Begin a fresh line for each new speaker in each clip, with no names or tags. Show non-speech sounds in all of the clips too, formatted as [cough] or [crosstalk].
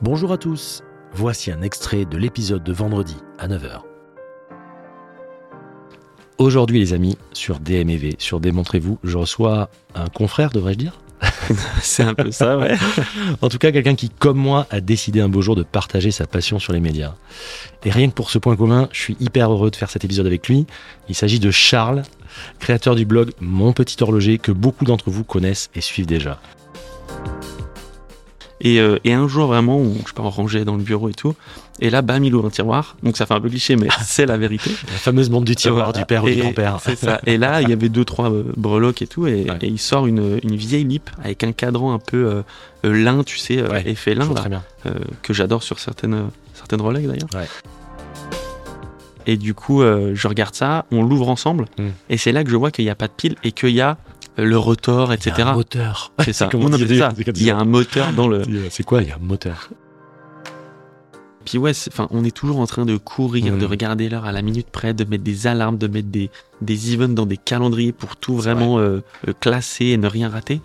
Bonjour à tous, voici un extrait de l'épisode de vendredi à 9h. Aujourd'hui les amis, sur DMEV, sur Démontrez-vous, je reçois un confrère, devrais-je dire
C'est un peu
[laughs]
ça, ouais.
En tout cas, quelqu'un qui, comme moi, a décidé un beau jour de partager sa passion sur les médias. Et rien que pour ce point commun, je suis hyper heureux de faire cet épisode avec lui. Il s'agit de Charles, créateur du blog Mon Petit Horloger, que beaucoup d'entre vous connaissent et suivent déjà.
Et, euh, et un jour vraiment où je pars en rangée dans le bureau et tout, et là bam il ouvre un tiroir, donc ça fait un peu cliché
[laughs]
mais c'est la vérité.
La fameuse bande du tiroir
Voilà.
du père ou
Et
du grand-père.
C'est ça. Et là, il y avait deux trois euh, breloques et tout, et,
Ouais.
et il sort une, une vieille lip avec un cadran un peu euh, euh, lin, tu sais, euh,
Ouais,
effet
Je
lin
vois
là,
très bien.
euh, que j'adore sur certaines euh, certaines Rolex d'ailleurs.
Ouais.
Et du coup, euh, je regarde ça, on l'ouvre ensemble,
Mm.
et c'est là que je vois qu'il n'y a pas de pile et qu'il y a euh, le rotor, etc.
Il y a un moteur. [laughs]
C'est ça.
Comment
On
on
appelle
dit-
ça.
c'est comme
Il y a
ça.
un moteur dans le.
Euh, C'est quoi Il y a un moteur.
Puis ouais, c'est- enfin, on est toujours en train de courir,
Mhm.
de regarder l'heure à la minute près, de mettre des alarmes, de mettre des des events dans des calendriers pour tout
C'est
vraiment euh, euh, classer et ne rien rater.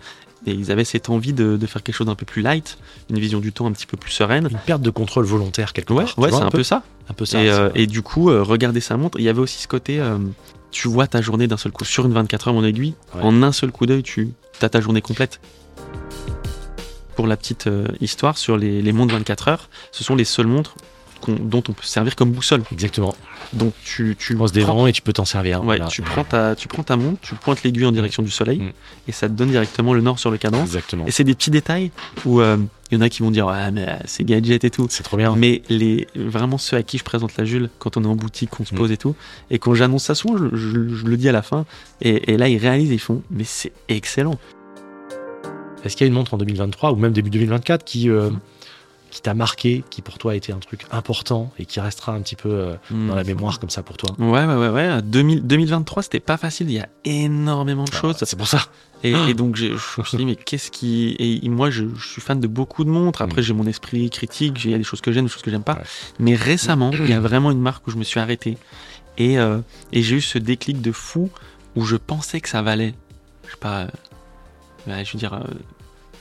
Et ils avaient cette envie de, de faire quelque chose d'un peu plus light, une vision du temps un petit peu plus sereine.
Une perte de contrôle volontaire quelque
Ouais,
part. Tu
ouais,
vois,
c'est un peu ça.
un peu ça.
Et,
c'est-
euh, et du coup, euh, regarder sa montre, il y avait aussi ce côté, euh, tu vois ta journée d'un seul coup sur une 24 heures mon aiguille.
Ouais.
En un seul coup d'œil, tu as ta journée complète. Pour la petite euh, histoire sur les, les montres 24 heures, ce sont les seules montres qu'on- dont on peut se servir comme boussole.
Exactement.
Donc tu tu
Tu lances des
prends-
vents et tu peux t'en servir.
Ouais,
voilà.
tu prends ta tu prends ta montre, tu pointes l'aiguille en direction du soleil
hein, Mm.
et ça te donne directement le nord sur le cadran.
Exactement.
Et c'est des petits détails où euh, il y en a qui vont dire ah mais euh, c'est Mm. gadget et tout.
C'est trop bien.
Mais les, vraiment ceux à qui je présente la Jules quand on est en boutique, qu'on se
Mm.
pose et tout, et quand j'annonce ça souvent, je, je- je le dis à la fin, et, et là ils réalisent, ils font, mais c'est excellent.
Est-ce qu'il y a une montre en 2023 ou même début 2024 qui, euh,
Mm.
qui t'a marqué, qui pour toi a été un truc important et qui restera un petit peu euh,
Mm.
dans la mémoire comme ça pour toi
Ouais, ouais, ouais, ouais. 2000 2023, c'était pas facile, il y a énormément de choses.
Ah, C'est pour ça.
Et,
Ah
et donc, j'ai- je me suis dit, mais qu'est-ce qui. Et moi, je, je suis fan de beaucoup de montres. Après, j'ai mon esprit critique, j'ai- il y a des choses que j'aime, des choses que j'aime pas.
Mm. Ouais.
Mais récemment, il y a vraiment une marque où je me suis arrêté. Et, euh, et j'ai eu ce déclic de fou où je pensais que ça valait, je sais pas, euh, ouais, je veux dire, euh,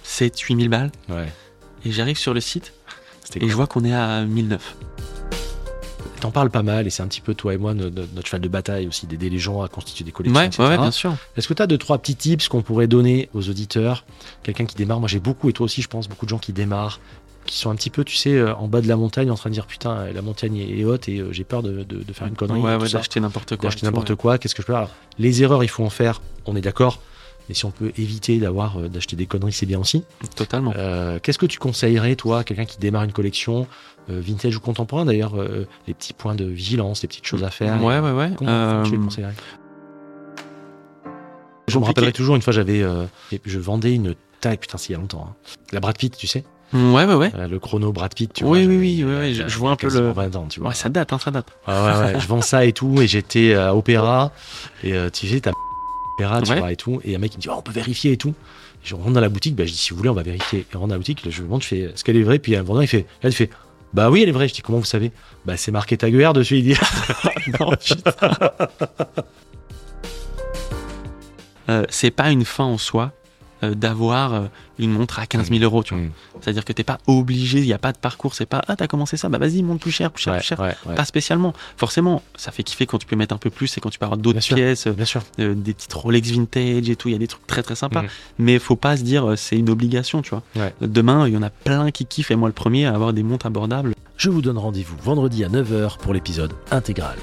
7-8 000 balles.
Ouais.
Et j'arrive sur le site
C'était
et
cool.
je vois qu'on est à 1009.
T'en parles pas mal et c'est un petit peu toi et moi no- no- notre, cheval de bataille aussi d'aider les gens à constituer des
Ouais,
collections.
ouais,
etc.
ouais, bien sûr.
Est-ce que tu as deux, trois petits tips qu'on pourrait donner aux auditeurs Quelqu'un qui démarre, moi j'ai beaucoup, et toi aussi je pense, beaucoup de gens qui démarrent, qui sont un petit peu, tu sais, euh, en bas de la montagne en train de dire putain, euh, la montagne est est haute et euh, j'ai peur de, de- de faire une connerie,
Ouais,
et tout
ouais,
ça,
d'acheter n'importe quoi.
d'acheter n'importe quoi, qu'est-ce que je peux faire Alors, Les erreurs, il faut en faire, on est d'accord, mais si on peut éviter d'avoir, euh, d'acheter des conneries, c'est bien aussi.
quoi. Totalement.
Euh, Qu'est-ce que tu conseillerais, toi, à quelqu'un qui démarre une collection, euh, vintage ou contemporain d'ailleurs, euh, les petits points de vigilance, les petites choses à faire
Ouais, ouais, ouais.
Comment comment tu les
Euh,
conseillerais Je me
compliqué.
rappellerai toujours, une fois, j'avais, euh, je vendais une taille, putain, c'est il y a longtemps. hein. La Brad Pitt, tu sais
Ouais, ouais, ouais.
Euh, Le chrono Brad Pitt, tu
Oui,
vois.
oui, oui,
j'avais-
oui, oui, je-
j'avais
je vois un peu le-
quasiment 20 ans, tu vois.
Ouais, ça date, hein, ça date.
Ah ouais, ouais, je vends ça et tout, et j'étais à Opéra, et euh, tu sais, t'as Opéra, tu
Ouais.
vois, et tout, et un mec il me dit, Oh, on peut vérifier et tout. Je rentre dans la boutique, bah, je dis, si vous voulez, on va vérifier. Et on rentre dans la boutique, je lui demande, je fais, est-ce qu'elle est vraie Puis un vendeur, il fait, là, il fait, bah oui, elle est vraie. Je dis, comment vous savez Bah, c'est marqué Taguer dessus, il dit. [laughs]
Non, putain. Euh, c'est pas une fin en soi euh, d'avoir euh, une montre à 15 000 euros. tu vois.
Mm.
C'est-à-dire que t'es pas obligé, il n'y a pas de parcours. C'est pas ah t'as commencé ça, bah vas-y monte plus cher, plus cher,
Ouais,
plus cher.
ouais, ouais.
Pas spécialement. Forcément, ça fait kiffer quand tu peux mettre un peu plus et quand tu peux avoir d'autres
Bien sûr.
pièces, euh,
Bien sûr.
euh, des petites Rolex vintage et tout. Il y a des trucs très très sympas.
Mm.
Mais faut pas se dire euh, c'est une obligation, tu vois.
Ouais.
Demain, il y en a plein qui kiffent et moi le premier à avoir des montres abordables.
Je vous donne rendez-vous vendredi à 9h pour l'épisode intégral.